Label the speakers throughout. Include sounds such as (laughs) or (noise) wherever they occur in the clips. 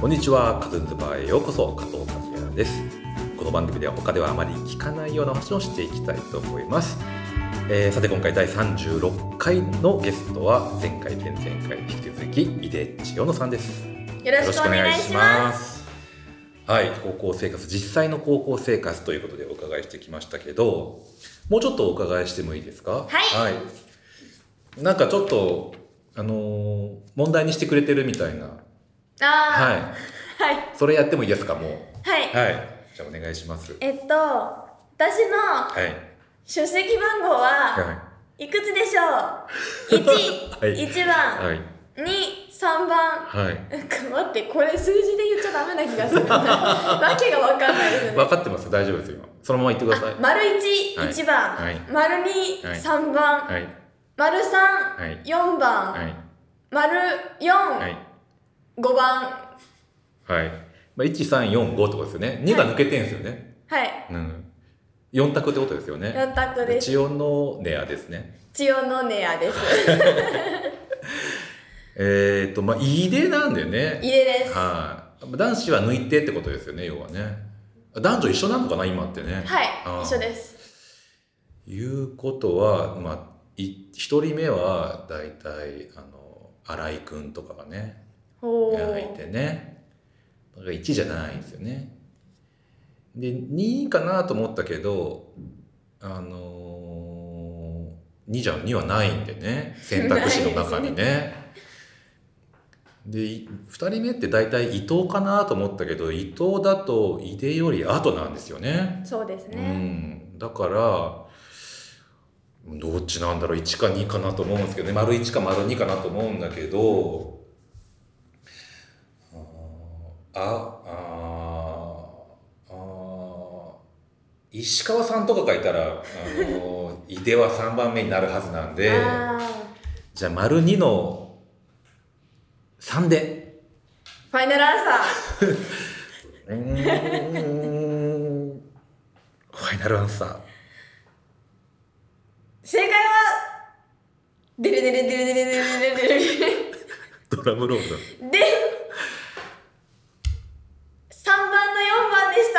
Speaker 1: こんにちはカズンズバーへようこそ加藤達也ですこの番組では他ではあまり聞かないような話をしていきたいと思います、えーさて今回第36回のゲストは前回前々回に引き続き井出千代野さんです
Speaker 2: よろしくお願いします。
Speaker 1: す。はい、高校生活、実際の高校生活ということでお伺いしてきましたけど、もうちょっとお伺いしてもいいですか
Speaker 2: はい
Speaker 1: いなんかちょっと、あのー問題にしてくれてるみたいな。
Speaker 2: あ
Speaker 1: は
Speaker 2: あ、はい、
Speaker 1: い。それやってもいいですか、もう。
Speaker 2: はい、
Speaker 1: はい。じゃあお願いします。
Speaker 2: えっと、私の
Speaker 1: はい。
Speaker 2: 出席番号は
Speaker 1: はい
Speaker 2: くつでしょう ?1、
Speaker 1: はい
Speaker 2: 1
Speaker 1: い。
Speaker 2: 番、
Speaker 1: はい。
Speaker 2: 2、3番。
Speaker 1: はい。
Speaker 2: なんか待って、これ数字で言っちゃダメな気がする。わけがわかんないですね
Speaker 1: 分。かってます大丈夫ですよ、今。そのまま言ってください。
Speaker 2: 丸
Speaker 1: はい
Speaker 2: 1、1番
Speaker 1: はい。
Speaker 2: 丸
Speaker 1: は
Speaker 2: 2、
Speaker 1: い
Speaker 2: 3番。
Speaker 1: はい。
Speaker 2: 丸
Speaker 1: は
Speaker 2: 3
Speaker 1: い、
Speaker 2: 4
Speaker 1: は
Speaker 2: 番。
Speaker 1: い。
Speaker 2: 丸
Speaker 1: は
Speaker 2: 4、
Speaker 1: い。
Speaker 2: 5番。
Speaker 1: はい。まあ、1、3、4、5ってことですよね。2が抜けてんすよね。
Speaker 2: はい。
Speaker 1: うん。4択ってことですよね。
Speaker 2: 4択です。
Speaker 1: 一応のネアですね。
Speaker 2: 千代のネアです。
Speaker 1: えっ、と、まあ、いでなんだよね。
Speaker 2: 入れです。
Speaker 1: はい。男子は抜いてってことですよね、要はね。男女一緒なのかな、今ってね。
Speaker 2: はい
Speaker 1: あ、ー
Speaker 2: 一緒です。
Speaker 1: い。うことは、まあ、い一人目は、だいたい、あの、新井くんとかがね、
Speaker 2: お
Speaker 1: やいてね。だから1じゃないんですよね。で、2かなと思ったけど、あのー、2じゃ、2はないんでね。選択肢の中にね。で、い2人目って大体伊藤かなと思ったけど、伊藤だと井出より後なんですよね。
Speaker 2: そうです
Speaker 1: う
Speaker 2: ね。
Speaker 1: ん。だから、どっちなんだろう、1か2かなと思うんですけどね。丸1か丸2かなと思うんだけど、ああああ石川さんとかがいたら、あの井出は3番目になるはずなんで
Speaker 2: あー
Speaker 1: じゃあ丸2の3で
Speaker 2: ファイナルアンサ
Speaker 1: うーんファイナルアンサー
Speaker 2: ー。正解は。デレデレデレデレデレデレデ
Speaker 1: ドラムロールだ
Speaker 2: レ。で。三番の四番でした。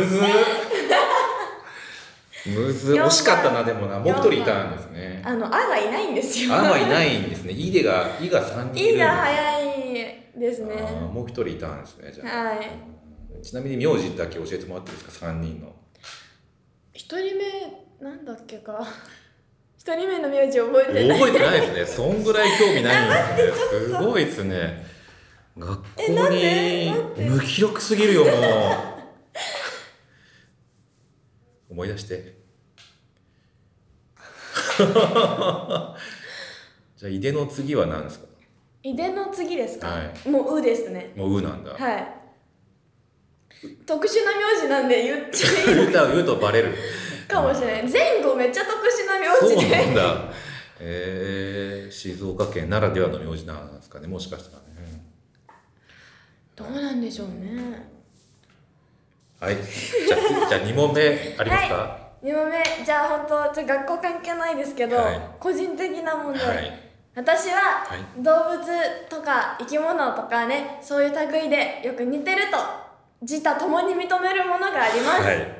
Speaker 1: むずっ (laughs) むずっ
Speaker 2: 四番
Speaker 1: 惜しかったなでもなもう一人いたんですね
Speaker 2: あの、あがいないんですよ。
Speaker 1: あんまいないんですね井出が井が3人いるん
Speaker 2: い
Speaker 1: で
Speaker 2: が早いですね。
Speaker 1: あーもう一人いたんですねじゃあ
Speaker 2: はい。
Speaker 1: ちなみに名字だけ教えてもらっていいですか3人の
Speaker 2: 一人目、なんだっけか。一人目の名字覚えてない。
Speaker 1: 覚えてないですねそんぐらい興味ないんですねすごいですね学校に
Speaker 2: えなんでなんで
Speaker 1: 無気力すぎるよもう思い出して (laughs) じゃあ井出の次は何ですか
Speaker 2: 遺伝の次ですか。
Speaker 1: は
Speaker 2: もう、うですね。
Speaker 1: もう「う」なんだ、
Speaker 2: はい。特殊な名字なんで言っちゃいい
Speaker 1: 歌を言うとバレる
Speaker 2: かもしれ
Speaker 1: (laughs)
Speaker 2: ない。前後めっちゃ特殊な
Speaker 1: そう
Speaker 2: 名字
Speaker 1: なん
Speaker 2: で。
Speaker 1: だえー、静岡県ならではの名字なんですかねもしかしたらね
Speaker 2: どうなんでしょうね。
Speaker 1: はい。じゃあ、じゃあ2問目ありますか、
Speaker 2: 2問目、じゃあ本当、ちょ学校関係ないですけど、
Speaker 1: はい
Speaker 2: 個人的な問題。
Speaker 1: はい
Speaker 2: 私は
Speaker 1: はい
Speaker 2: 動物とか生き物とかね、そういう類でよく似てると自他共に認めるものがあります。
Speaker 1: はい。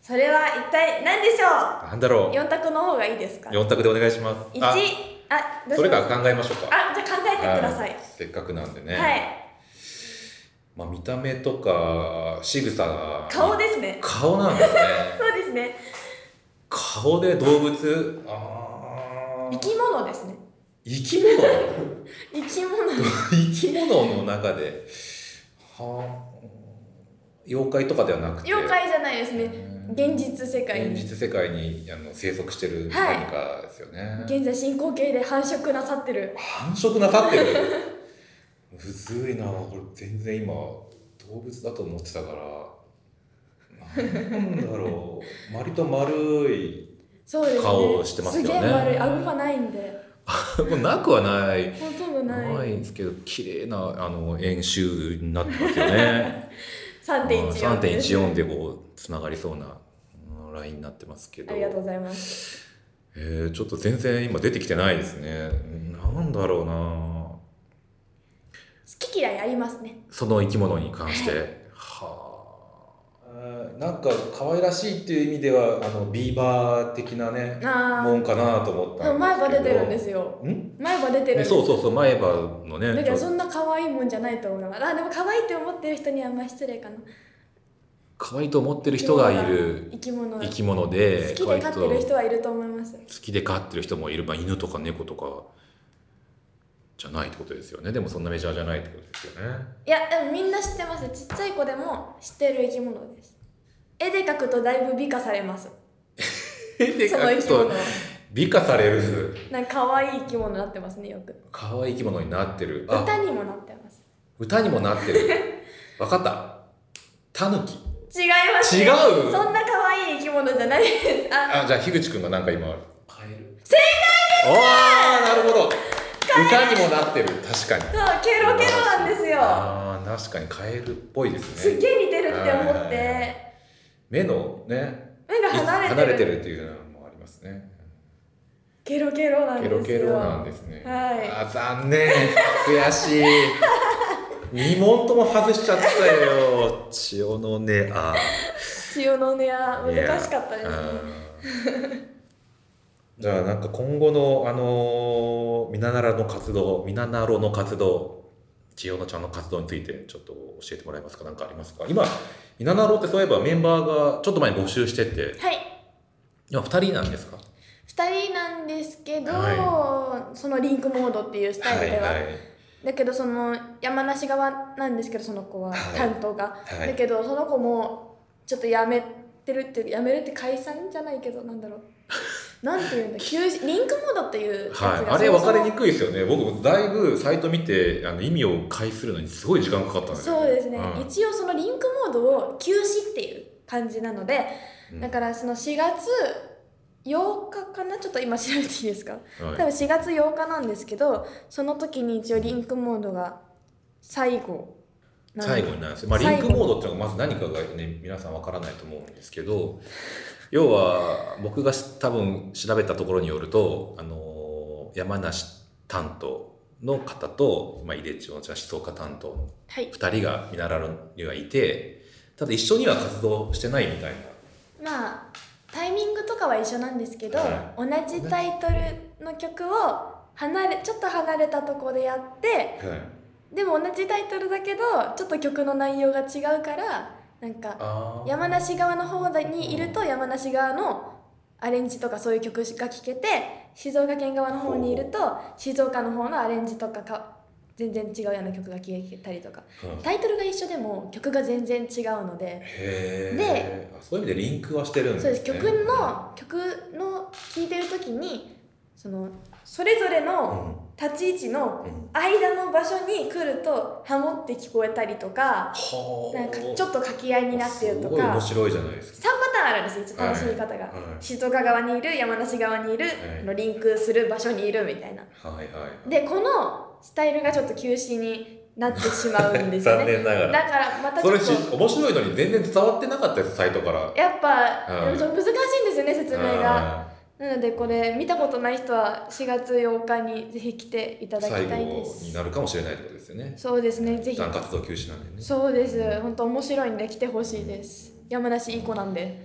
Speaker 2: それは一体何でしょ
Speaker 1: なんだろ
Speaker 2: う ?4 択の方がいいですか
Speaker 1: う。4択でお願いします。
Speaker 2: 1
Speaker 1: あ、
Speaker 2: あ、どうします
Speaker 1: それから考えましょうか。
Speaker 2: あ、じゃあ考えてください
Speaker 1: は。せっかくなんでね。
Speaker 2: はい。
Speaker 1: まあ、見た目とか、仕草
Speaker 2: 顔ですね。
Speaker 1: 顔なんですね。
Speaker 2: そうですね。
Speaker 1: 顔で動物。あ
Speaker 2: 生
Speaker 1: ー
Speaker 2: き物ですね。
Speaker 1: 生き物 (laughs)
Speaker 2: 生き物。
Speaker 1: 生き物の中で。はあ。妖怪とかではなくて。
Speaker 2: 妖怪じゃないですね。現実世界
Speaker 1: 現
Speaker 2: に。
Speaker 1: 実世界にあの生息してる
Speaker 2: はい
Speaker 1: 何かですよね。
Speaker 2: 現在進行形で繁殖なさってる。
Speaker 1: 繁殖なさってるむずいなこれ全然今動物だと思ってたからなんだろう割と丸い
Speaker 2: そうですね。
Speaker 1: 顔をしてますよね
Speaker 2: すげえ丸い。顎がないんで。
Speaker 1: これなくはない
Speaker 2: ほとんど
Speaker 1: な
Speaker 2: ないい。
Speaker 1: んですけど綺麗なあの円周になってますよね
Speaker 2: 3.14です。
Speaker 1: 3.14でこうつながりそうなうんラインになってますけど
Speaker 2: ありがとうございます。
Speaker 1: えー、ちょっと全然今出てきてないですね。なんだろうな
Speaker 2: き嫌いありますね
Speaker 1: その生き物に関して。は
Speaker 3: あーなんか可愛らしいっていう意味ではあのビーバー的なね
Speaker 2: あ
Speaker 3: もんかなと思っ
Speaker 2: あ
Speaker 3: た
Speaker 2: でも前歯出てるんですすよ
Speaker 3: けどん
Speaker 2: 前歯
Speaker 1: あ。
Speaker 2: 出てるん
Speaker 1: ね、
Speaker 2: です
Speaker 1: そうそうそう、前歯のね。
Speaker 2: だか
Speaker 1: ちょ
Speaker 2: らそんな可愛いもんじゃないと思いますあでも可愛いって思ってる人にはあんま失礼かな
Speaker 1: 可愛いと思ってる人がいる
Speaker 2: 生き物
Speaker 1: 生き物で、
Speaker 2: 好きで飼ってる
Speaker 1: 可愛いと
Speaker 2: 人はいると思います
Speaker 1: 好きで飼ってる人もいれば、犬とか猫とか。じゃないってことですよね。でも、そんなメジャーじゃないってことですよ
Speaker 3: (laughs)
Speaker 1: ね。
Speaker 2: いやでもみんな知ってますちっちゃい子でも知ってる生き物です絵で描くとだいぶ美化されます
Speaker 1: で
Speaker 2: その生き物は
Speaker 1: 美化される。
Speaker 2: なんか可愛い生き物になってますねよく
Speaker 1: 可愛い生き物になってる。あ、
Speaker 2: 歌にもなってます
Speaker 1: 歌にもな
Speaker 2: (laughs)
Speaker 1: ってる。わかった。タヌキ。
Speaker 2: 違います
Speaker 1: 違
Speaker 2: ね
Speaker 1: う
Speaker 2: そんな可愛い生き物じゃないですあ
Speaker 1: あ、じゃあ、樋口くんがなんか今。
Speaker 3: カエル
Speaker 1: おー、なるほど。歌にもなってる。確かに。
Speaker 2: そうケロケロなんですよ
Speaker 1: ああ、確かにカエルっぽいです
Speaker 2: すっ
Speaker 1: ね。
Speaker 2: げえ似てるって思っ
Speaker 1: はいはいはい
Speaker 2: て
Speaker 1: 目のね、
Speaker 2: 目が離れてる
Speaker 1: 離れてるっていうのもありますね。
Speaker 2: ケロケロなん
Speaker 1: ケ
Speaker 2: ですよ
Speaker 1: ロケロなんですね。
Speaker 2: はい
Speaker 1: あー、残念。悔し
Speaker 2: (laughs)
Speaker 1: い。二問とも外しちゃったよ。千代のね、あ
Speaker 2: 塩の音は
Speaker 1: ー。いや
Speaker 2: 難しかったですね
Speaker 1: じゃあなんか今後のあのーミナナラの活動、ミナナロの活動、千代のちゃんの活動についてちょっと教えてもらえますか。なんかありますか。今ミナナロってそういえばメンバーがちょっと前に募集してて、
Speaker 2: はい
Speaker 1: 今二人なんですか。
Speaker 2: 2人なんですけど、
Speaker 1: は
Speaker 2: そのリンクモードっていうスタイルでは、
Speaker 1: はい
Speaker 2: だけどその山梨側なんですけどその子は
Speaker 1: はい
Speaker 2: 担当が、
Speaker 1: はい
Speaker 2: だけどその子もちょっとやめてるってやめるって解散じゃないけどなんだ
Speaker 1: (laughs)
Speaker 2: ろうなんていうんだ休止リンクモードっていうやつ
Speaker 1: はい。
Speaker 2: が
Speaker 1: あれ
Speaker 2: そも
Speaker 1: 分
Speaker 2: そ
Speaker 1: か
Speaker 2: も
Speaker 1: りにくいですよね。僕もだいぶサイト見てあの意味を解するのにすごい時間かかったんですよ、
Speaker 2: そうですね、
Speaker 1: ん
Speaker 2: 一応そのリンクモードを休止っていう感じなので、
Speaker 1: うん
Speaker 2: だからその4月8日かなちょっと今調べていいですか
Speaker 1: はい
Speaker 2: 多分4月8日なんですけどその時に一応リンクモードが最後なの
Speaker 1: 最後になるんですよ、まあ、リ
Speaker 2: 最
Speaker 1: ン
Speaker 2: 後
Speaker 1: クモードっていうのがまず何かがね皆さんわからないと思うんですけど要は僕がし多分調べたところによると、あのー山梨担当の方と、まあ、井出町の静岡担当の
Speaker 2: はい
Speaker 1: 2人が見習うにはいてただ一緒には活動してないみたいな
Speaker 2: まあタイミングとかは一緒なんですけど、
Speaker 1: は
Speaker 2: 同じタイトルの曲を離れちょっと離れたとこでやってでも同じタイトルだけどちょっと曲の内容が違うからなんか
Speaker 1: あー
Speaker 2: 山梨側の方にいると山梨側のアレンジとかそういう曲が聴けて静岡県側の方にいると静岡の方のアレンジとかか全然違うような曲が聴けたりとか
Speaker 1: うん
Speaker 2: タイトルが一緒でも曲が全然違うので
Speaker 1: へ
Speaker 2: で
Speaker 1: えそういう意味でリンクはしてるんです
Speaker 2: そう
Speaker 1: ね
Speaker 2: です曲の曲の聴いてる時にそのそれぞれの立ち位置の
Speaker 1: うんうん
Speaker 2: 間の場所に来るとハモって聞こえたりと
Speaker 1: は
Speaker 2: か
Speaker 1: あ
Speaker 2: なんかちょっと掛け合いになってると
Speaker 1: すごい面
Speaker 2: か
Speaker 1: 白いじゃないですか
Speaker 2: 3パターンあるんですよ一応楽しみ方が。
Speaker 1: は
Speaker 2: 静岡側にいる山梨側にいる、
Speaker 1: い
Speaker 2: のリンクする場所にいるみたいない
Speaker 1: はいはい
Speaker 2: でこのスタイルがちょっと休止になってしまうんですよ
Speaker 1: (laughs) 残
Speaker 2: ね
Speaker 1: 念なが
Speaker 2: だ
Speaker 1: ら
Speaker 2: からまたち
Speaker 1: そ
Speaker 2: ょ
Speaker 1: れ
Speaker 2: っ
Speaker 1: し
Speaker 2: と
Speaker 1: 面白いのに全然伝わってなかったですサイトから
Speaker 2: やっぱ、
Speaker 1: うん
Speaker 2: 難しいんですよね説明が
Speaker 1: あ
Speaker 2: なのでこれ見たことない人は4月8日にぜひ来ていた
Speaker 1: ー
Speaker 2: だき
Speaker 1: 最
Speaker 2: たいで
Speaker 1: 後に
Speaker 2: す
Speaker 1: なるかもしれないってことですよね
Speaker 2: そうですねぜ
Speaker 1: 一
Speaker 2: ひ
Speaker 1: 旦活動休止なんでね
Speaker 2: そうです本当面白いんで来てほしいです山梨いい子なんで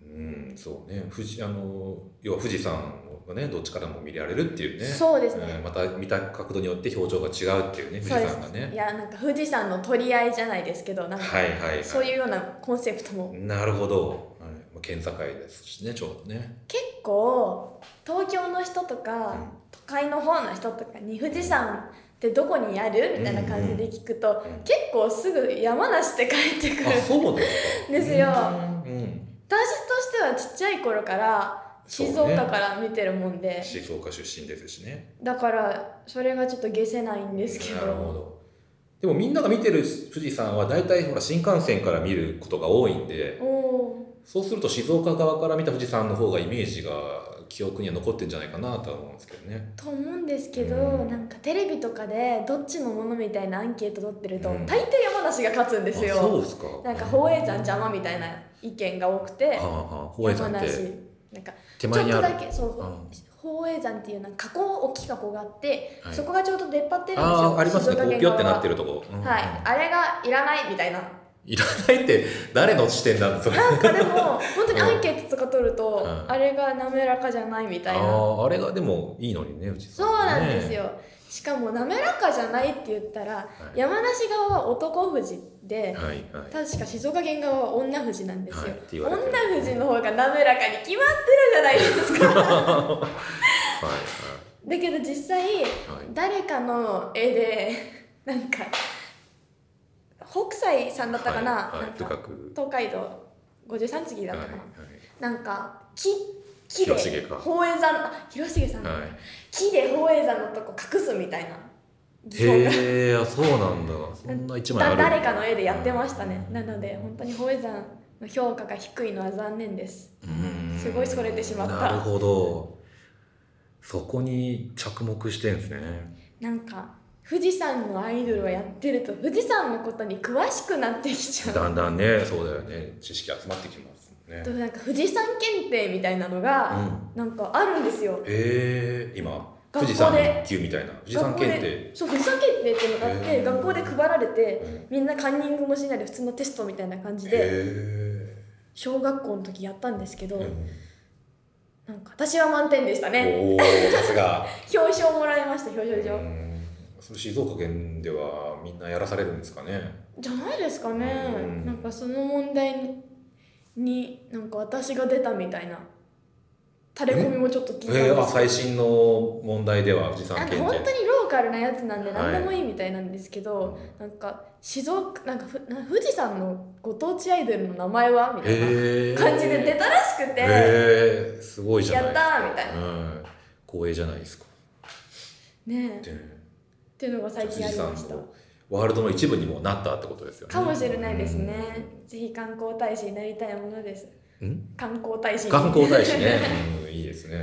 Speaker 1: うんそうね富士あの要は富士山がねどっちからも見られるっていうね
Speaker 2: そうですね
Speaker 1: んまた見た角度によって表情が違うっていうね富
Speaker 2: そう
Speaker 1: 士
Speaker 2: で
Speaker 1: 山が
Speaker 2: す、い
Speaker 1: ね
Speaker 2: やなんか富士山の取り合いじゃないですけどなんか
Speaker 1: はいはいはい
Speaker 2: そういうようなコンセプトも
Speaker 1: なるほど、はいまあ、県境ですしねちょうどね
Speaker 2: 結構東京の人と
Speaker 1: う
Speaker 2: か
Speaker 1: ん
Speaker 2: 都会の方の人とかに富士山ってどこにあるみたいな感じで聞くと、
Speaker 1: うん
Speaker 2: 結構すぐ山梨って帰ってくる
Speaker 1: あそうですか
Speaker 2: (laughs) ですよ
Speaker 1: うんうん
Speaker 2: 私としてはちっちゃい頃から
Speaker 1: そうね
Speaker 2: 静岡から見てるもんで、
Speaker 1: 静岡出身ですしね
Speaker 2: だからそれがちょっと消せないんですけど
Speaker 1: なるほどでもみんなが見てる富士山は大体ほら新幹線から見ることが多いんで
Speaker 2: おお
Speaker 1: そうすると静岡側から見た富士山の方がイメージが記憶には残ってるんじゃないかなとは思うんですけどね
Speaker 2: ーと思うんですけど、
Speaker 1: うん
Speaker 2: なんかテレビとかでどっちのものみたいなアンケート取ってると、
Speaker 1: うん
Speaker 2: 大抵山梨が勝つんです
Speaker 1: あそう
Speaker 2: よ
Speaker 1: ですか
Speaker 2: なんか宝永山邪魔みたいな意見が多くて
Speaker 1: はあはあ宝永山っ
Speaker 2: 山梨
Speaker 1: て
Speaker 2: なんか
Speaker 1: 手
Speaker 2: ちょ
Speaker 1: 前
Speaker 2: っ
Speaker 1: に
Speaker 2: と
Speaker 1: あ
Speaker 2: だ
Speaker 1: る
Speaker 2: けそう
Speaker 1: うん
Speaker 2: 宝永山っていうなんか火口大きい火口があって、
Speaker 1: はい
Speaker 2: そこがちょうど出っ張ってるんですよ
Speaker 1: ああありますね
Speaker 2: 静
Speaker 1: こ
Speaker 2: 岡
Speaker 1: う
Speaker 2: 県
Speaker 1: ピョって
Speaker 2: 側
Speaker 1: なってるとこ、うん
Speaker 2: はいあれがいらないみたいない
Speaker 1: らないって誰の視点なんだそれあ
Speaker 2: なんかでも本当にアンケートとか取ると、
Speaker 1: うん
Speaker 2: あれが滑らかじゃないみたいな
Speaker 1: ああれがでもいいのにねうち
Speaker 2: そうなんですよ、しかも滑らかじゃないって言ったら
Speaker 1: はい
Speaker 2: 山梨側は男富士で
Speaker 1: はいはい
Speaker 2: 確か静岡県側は女富士なんですよ、
Speaker 1: はいって言わ
Speaker 2: 女
Speaker 1: れてる
Speaker 2: 富士の方が滑らかに決まってるじゃないですか (laughs)
Speaker 1: はい
Speaker 2: だけど実際
Speaker 1: はいはい
Speaker 2: 誰かの絵でなんか北斎さんだったかな,、
Speaker 1: はいは
Speaker 2: ないん
Speaker 1: とか
Speaker 2: か
Speaker 1: く
Speaker 2: 東海道53次だ
Speaker 1: は
Speaker 2: っ
Speaker 1: いは
Speaker 2: た
Speaker 1: い
Speaker 2: かな、なんか木木で
Speaker 1: 広重か
Speaker 2: 宝永山あ広重さん、
Speaker 1: はい
Speaker 2: 木で宝永山のとこ隠すみたいな技法が
Speaker 1: へえあそうなんだそんな一枚あ
Speaker 2: だ
Speaker 1: る
Speaker 2: 誰かの絵でやってましたね、なので本当に宝永山の評価が低いのは残念です
Speaker 1: うん
Speaker 2: すごいそれてしまった
Speaker 1: なるほどそこに着目してんです
Speaker 2: (laughs)
Speaker 1: ね
Speaker 2: なんか富士山のアイドルをやってると富士山のことに詳しくなってきちゃう
Speaker 1: だんだんねそうだよね知識集まってきますもんね
Speaker 2: でもなんか富士山検定みたいなのが
Speaker 1: うん
Speaker 2: なんかあるんですよ
Speaker 1: ええ今
Speaker 2: 学校で
Speaker 1: 富士山一級みたいな富士山検定
Speaker 2: 学校でそう富士山検定っていうのがあって
Speaker 1: へー
Speaker 2: 学校で配られて
Speaker 1: うん
Speaker 2: みんなカンニングもしないで普通のテストみたいな感じ
Speaker 1: へ
Speaker 2: で
Speaker 1: え
Speaker 2: 小学校の時やったんですけど、
Speaker 1: うん
Speaker 2: なんか私は満点でしたね
Speaker 1: おおさすが
Speaker 2: 表彰もらいました表彰状、
Speaker 1: うんそれ静岡県ではみんなやらされるんですかね
Speaker 2: じゃないですかね、
Speaker 1: うん
Speaker 2: なんかその問題にになんか私が出たみたいな垂れ込みもちょっと聞いたん
Speaker 1: えー、
Speaker 2: で
Speaker 1: あ
Speaker 2: すけ
Speaker 1: 最新の問題では富士
Speaker 2: ど、
Speaker 1: 山
Speaker 2: なんか
Speaker 1: 検
Speaker 2: 本
Speaker 1: 定
Speaker 2: 当にローカルなやつなんで何でもいいみたいなんですけど、
Speaker 1: うん
Speaker 2: なんか静岡なんかふな富士山のご当地アイドルの名前はみたいな
Speaker 1: へえ
Speaker 2: 感じで出たらしくて、
Speaker 1: へえすごいじゃない
Speaker 2: やったーみたいな、
Speaker 1: うん、光栄じゃないですか
Speaker 2: ねえ
Speaker 1: で
Speaker 2: っていうのが最近ありまし
Speaker 1: 富士
Speaker 2: た
Speaker 1: 山のワールドの一部にもなったってことですよね
Speaker 2: かもしれないですね、ぜひ観光大使になりたいものです
Speaker 1: うんうん
Speaker 2: 観光大使に
Speaker 1: 観光大使ね、うん、いいですね、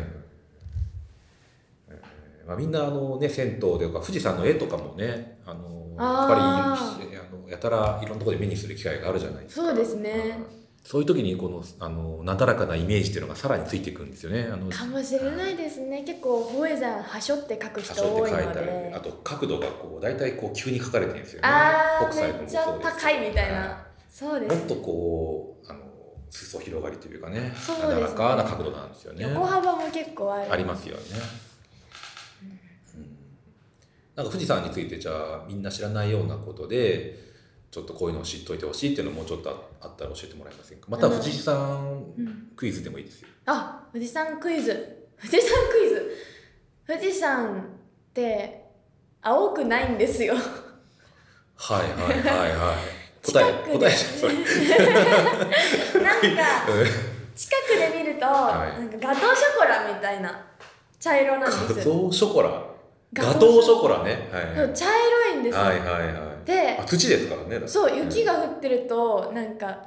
Speaker 1: えーまあ、みんなあのね銭湯というか富士山の絵とかもねあのや
Speaker 2: あ
Speaker 1: っぱりあのやたらいろんなところで目にする機会があるじゃないですか
Speaker 2: そうですね、
Speaker 1: うんそういう時にこのあのなだらかなイメージっていうのがさらについていくんですよねあの
Speaker 2: かもしれないですね結構宝永山はしょって書く人
Speaker 1: 多少っ
Speaker 2: 多
Speaker 1: て
Speaker 2: い
Speaker 1: 書いて
Speaker 2: の
Speaker 1: ある
Speaker 2: で
Speaker 1: あと角度がこう大体こう急に書かれてるんですよね
Speaker 2: あー
Speaker 1: 君
Speaker 2: めっちゃ高いみたいなそう
Speaker 1: はい
Speaker 2: で
Speaker 1: も
Speaker 2: す
Speaker 1: っとこうあの裾広がりというかね
Speaker 2: そうです
Speaker 1: な
Speaker 2: ね
Speaker 1: だらかな角度なんですよね
Speaker 2: 横幅も結構ある
Speaker 1: ありますよね、うんなんか富士山についてじゃあみんな知らないようなことでちょっとこういうのを知っといてほしいっていうのももうちょっとああったら教えてもらえませんかまた富士山
Speaker 2: うん
Speaker 1: クイズでもいいですよ、
Speaker 2: あ富士山クイズ富士山クイズ富士山って青くないん
Speaker 1: (laughs)
Speaker 2: ですよ
Speaker 1: はいはいはいはい答え
Speaker 2: 近くで
Speaker 1: 答えじゃんそれ、
Speaker 2: なんか近くで見ると、
Speaker 1: はい
Speaker 2: なんかガトーショコラみたいな茶色なんで
Speaker 1: ガ (laughs)
Speaker 2: す
Speaker 1: トーショコラガトーショコラねはい
Speaker 2: そう茶色いんですよ、
Speaker 1: はいはいはい
Speaker 2: で
Speaker 1: あ土ですからねだって
Speaker 2: そう雪が降ってるとなんか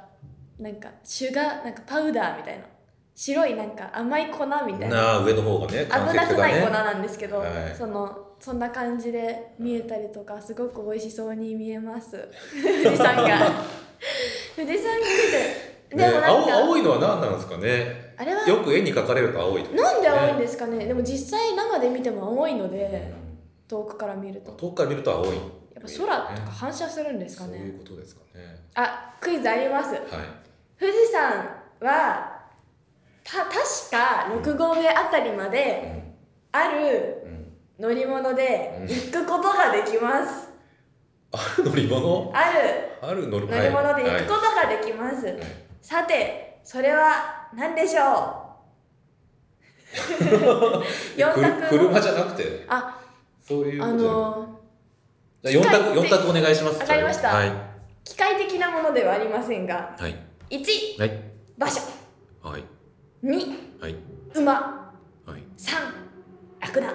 Speaker 2: なんかシュガーなんかパウダーみたいな白いなんか甘い粉みたいな
Speaker 1: なあ上の方がね
Speaker 2: 温
Speaker 1: 関節が
Speaker 2: くな
Speaker 1: ね
Speaker 2: い粉なんですけど、
Speaker 1: はい
Speaker 2: そのそんな感じで見えたりとかすごく美味しそうに見えます
Speaker 1: (laughs)
Speaker 2: 富士山が富士山が見てで
Speaker 1: ね
Speaker 2: もなん
Speaker 1: 青
Speaker 2: か、
Speaker 1: 青いのは何なんですかね
Speaker 2: あれは
Speaker 1: よく絵に描かれると青いと
Speaker 2: なんで青いんですかねでも実際生で見ても青いので遠くから見ると
Speaker 1: 遠くから見ると青いや
Speaker 2: やっぱ空とか反射するんですか
Speaker 1: そうい
Speaker 2: ね
Speaker 1: うことですかね
Speaker 2: あクイズあります
Speaker 1: はい
Speaker 2: 富士山はた確か6合目あたりまである
Speaker 1: うんうん
Speaker 2: 乗り物で
Speaker 1: うん
Speaker 2: 行くことができます、
Speaker 1: ある乗り物
Speaker 2: ある
Speaker 1: ある乗り
Speaker 2: 乗り物で行く
Speaker 1: は
Speaker 2: ことができます、
Speaker 1: いはい
Speaker 2: さてそれは何でし
Speaker 1: (laughs)
Speaker 2: ょう四
Speaker 1: くる
Speaker 2: 択の
Speaker 1: 車じゃなくて
Speaker 2: あ
Speaker 1: そういう
Speaker 2: あ
Speaker 1: ことじゃなくて
Speaker 2: の
Speaker 1: じゃあ四
Speaker 2: 機械
Speaker 1: 択
Speaker 2: って
Speaker 1: 四択お願いします
Speaker 2: わかりました
Speaker 1: はい
Speaker 2: 機械的なものではありませんが
Speaker 1: はい
Speaker 2: 1
Speaker 1: はい
Speaker 2: 馬車
Speaker 1: はい
Speaker 2: 2
Speaker 1: はい
Speaker 2: 馬
Speaker 1: はい
Speaker 2: 3ラクダ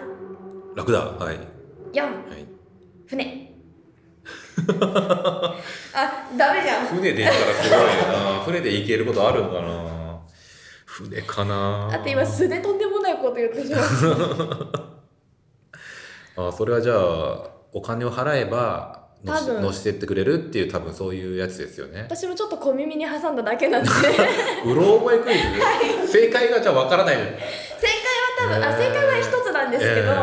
Speaker 1: ラクダはいは
Speaker 2: 4
Speaker 1: い
Speaker 2: 船あダメじゃん
Speaker 1: 船で行ったらすごい
Speaker 2: (laughs)
Speaker 1: な船で行けることあるんかな船かな
Speaker 2: あと今素でとんでもないこと言ってしま
Speaker 1: (laughs)
Speaker 2: った
Speaker 1: あそれはじゃあお金を払えばのし
Speaker 2: 多分
Speaker 1: のしてってくれるっていう多分そういうやつですよ
Speaker 2: (laughs)
Speaker 1: ね
Speaker 2: 私もちょっと小耳に挟
Speaker 1: (laughs)
Speaker 2: んだだけなんで正解は
Speaker 1: うろ覚えクイズ、正解がじゃあわからない
Speaker 2: 多多分あ正解は一つなんですけど、
Speaker 1: え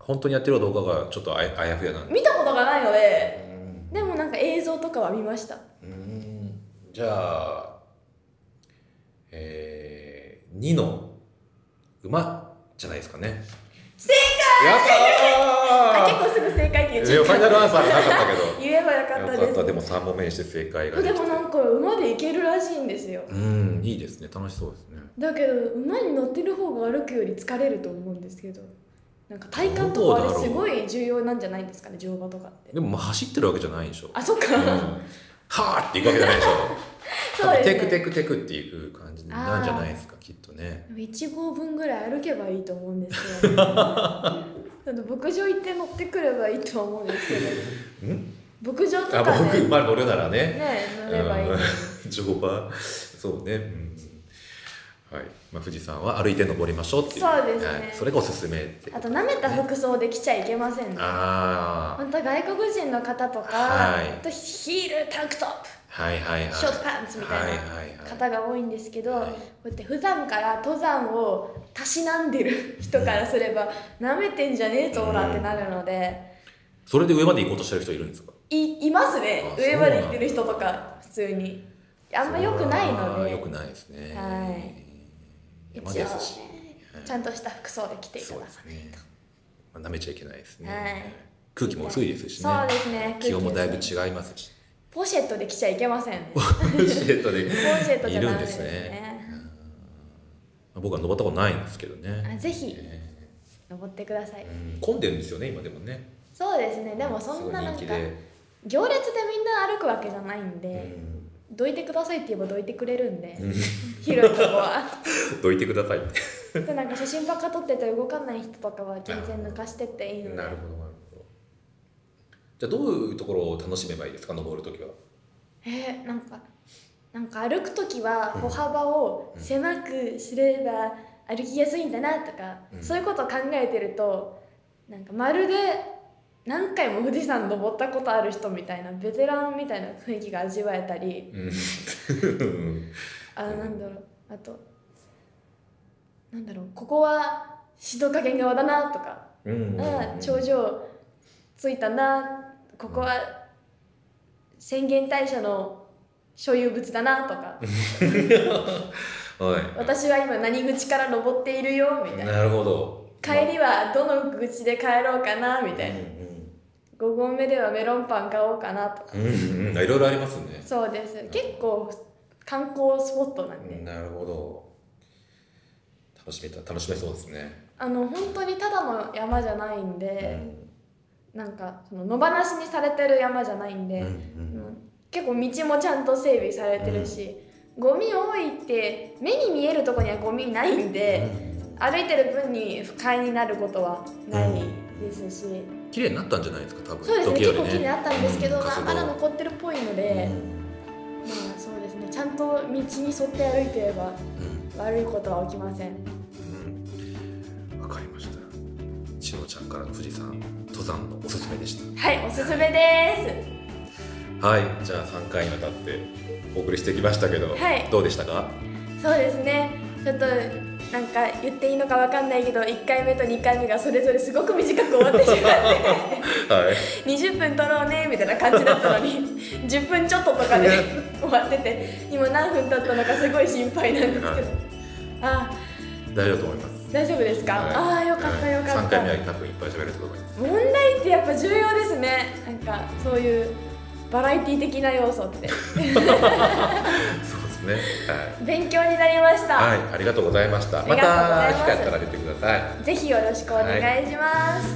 Speaker 1: 本当にやってるかどうかがちょっとあやあやふやなんで
Speaker 2: 見たことがないので
Speaker 1: うん
Speaker 2: でもなんか映像とかは見ました
Speaker 1: うんじゃあえー、2の馬じゃないですかね
Speaker 2: 正
Speaker 1: やった
Speaker 2: 解あ
Speaker 1: ー
Speaker 2: 結構すぐ正解って言っ
Speaker 1: い
Speaker 2: ちゃ
Speaker 1: や
Speaker 2: っ
Speaker 1: ファイナルアンサーじゃなかったけど
Speaker 2: 言えばよかった
Speaker 1: よか
Speaker 2: で
Speaker 1: っ
Speaker 2: す
Speaker 1: たでも3問目にして正解がで
Speaker 2: で
Speaker 1: きて
Speaker 2: もなんか馬で行けるらしいんですよ
Speaker 1: うんいいですね楽しそうですね
Speaker 2: だけど馬に乗ってる方が歩くより疲れると思うんですけどなんか体幹とかあ
Speaker 1: どうだ
Speaker 2: れ
Speaker 1: ろう
Speaker 2: すごい重要なんじゃないんですかね乗馬とかって
Speaker 1: でもまあ走ってるわけじゃないでしょ、
Speaker 2: あそっか、
Speaker 1: うん、はーっていくわけじゃないでしょ
Speaker 2: (laughs) そうですね
Speaker 1: テクテクテクっていう感じなんじゃないですかきっとね
Speaker 2: でも1号分ぐらい歩けばいいと思うんで
Speaker 1: (laughs)
Speaker 2: すよ、ね、あの牧場行って乗ってくればいいと思うんですけ
Speaker 1: ん
Speaker 2: ど牧場と
Speaker 1: あ
Speaker 2: か
Speaker 1: 僕
Speaker 2: ね
Speaker 1: 馬乗るならね
Speaker 2: ね乗ればいいのに
Speaker 1: うん (laughs) 乗馬そうね、うんはいまあ、富士山は歩いて登りましょうっていう
Speaker 2: そうですね
Speaker 1: はい、それがおすすめっていう
Speaker 2: あと舐めた服装で来ちゃいけませんね
Speaker 1: あ
Speaker 2: 本当外国人の方とか、
Speaker 1: はい
Speaker 2: あとヒールタンクトッ
Speaker 1: あはいはいはい
Speaker 2: プショートパンツみたい
Speaker 1: はいはいは
Speaker 2: ない方が多いんですけど、
Speaker 1: はい
Speaker 2: こうやって普段から登山をたしなんでる人からすれば舐めてんじゃねえぞらってなるので、
Speaker 1: それで上まで行こうとしてる人いるんですか
Speaker 2: いいますね
Speaker 1: あ
Speaker 2: 上まで行ってる人とか普通にあんま良くないので
Speaker 1: よくないですね
Speaker 2: はい
Speaker 1: 山ですし
Speaker 2: 一応ちゃんとした服装で来ていた
Speaker 1: そう
Speaker 2: だ
Speaker 1: で
Speaker 2: く
Speaker 1: すね、まあ、舐めちゃいけないですね、
Speaker 2: はい
Speaker 1: 空気も薄いですしね
Speaker 2: そうですね
Speaker 1: 気温もだいぶ違
Speaker 2: 空気
Speaker 1: いますし
Speaker 2: ポシェットで来ちゃいけません
Speaker 1: (laughs)
Speaker 2: ねポ
Speaker 1: シェートで
Speaker 2: シェットじ
Speaker 1: い
Speaker 2: ゃダ
Speaker 1: るん
Speaker 2: メ
Speaker 1: で
Speaker 2: です
Speaker 1: すね
Speaker 2: ね
Speaker 1: まあ僕は登ったことないんですけど
Speaker 2: あ
Speaker 1: ね
Speaker 2: ぜひ
Speaker 1: え
Speaker 2: 登ってください、
Speaker 1: ーうん混んでるんですよね今でもね
Speaker 2: そうですねでもそんななん
Speaker 1: す
Speaker 2: か
Speaker 1: ごい人気で、
Speaker 2: 行列でみんな歩くわけじゃないん
Speaker 1: う
Speaker 2: で、
Speaker 1: ん
Speaker 2: どいてくださいって言えばどいてくれるんで、
Speaker 1: うん
Speaker 2: 広いとこは
Speaker 1: どいてください
Speaker 2: でなんか写真ばっか撮ってて動かない人とかは全然抜かしてっていいので
Speaker 1: なるほどなるほどじゃあどういうところを楽しめばいいですか登るときは
Speaker 2: えーなんかなんか歩く時は歩幅を狭くすれば歩きやすいんだなとか、
Speaker 1: うん
Speaker 2: そういうことを考えてるとなんかまるで何回も富士山登ったことある人みたいなベテランみたいな雰囲気が味わえたり
Speaker 1: うん
Speaker 2: あ
Speaker 1: うん
Speaker 2: なんだろうあとなんだろうここは静岡県側だなとか、
Speaker 1: うん
Speaker 2: ああ頂上着いたなここは浅間大社の所有物だなとか
Speaker 1: はい
Speaker 2: 私は今何口から登っているよみたいな
Speaker 1: なるほど
Speaker 2: 帰りはどの口で帰ろうかなみたいな5合目ではメロンパン買おうかなとか
Speaker 1: うんうんうんあいろいろありますね
Speaker 2: そうです結構観光スポットなんで
Speaker 1: なるほど楽しめた楽しめそうですね
Speaker 2: あの本当にただの山じゃないん
Speaker 1: う
Speaker 2: で
Speaker 1: ん
Speaker 2: なんかその野放しにされてる山じゃないんで、
Speaker 1: うん
Speaker 2: うん結構道もちゃんと整備されてるし、ゴミ多いって目に見えるとこにはゴミないんで、歩いてる分に不快になることはないですし、
Speaker 1: うん綺麗になったんじゃないですか多分
Speaker 2: そうですね
Speaker 1: 時より
Speaker 2: 結構気になったんですけど、
Speaker 1: うん
Speaker 2: まあ、
Speaker 1: 活動
Speaker 2: まだ残ってるっぽいので、まあそうですねちゃんと道に沿って歩いてれば
Speaker 1: うん
Speaker 2: 悪いことは起きません
Speaker 1: うんわかりましたしのちゃんからの富士山登山のおすすめでし
Speaker 2: はいおすすめで
Speaker 1: たはいじゃあ3回にわたってお送りしてきましたけど、
Speaker 2: はい
Speaker 1: どうでしたか
Speaker 2: すそうですねちょっとなんか言っていいのかわかんないけど1回目と2回目がそれぞれすごく短く終わってしまって
Speaker 1: はい
Speaker 2: (laughs) 20分撮ろうねみたいな感じだったのに (laughs) 10分ちょっととかで終わってて今何分経ったのかすごい心配なんですけど、
Speaker 1: はい
Speaker 2: あ
Speaker 1: 大丈夫だと思います
Speaker 2: 大丈夫ですか、
Speaker 1: はい
Speaker 2: ああよかったよか
Speaker 1: 3
Speaker 2: っ
Speaker 1: 回
Speaker 2: た
Speaker 1: 目は多分いっぱい喋れたと思います
Speaker 2: 問題ってやっぱ重要ですねなんかそういうバラエティ的な要素って
Speaker 1: そうですねはい
Speaker 2: 勉強になりました、
Speaker 1: はい、ありがとうございました。
Speaker 2: あ
Speaker 1: ま
Speaker 2: りがとうござ
Speaker 1: た
Speaker 2: います
Speaker 1: 機会あったら出てください。
Speaker 2: ぜひよろしくお願いします、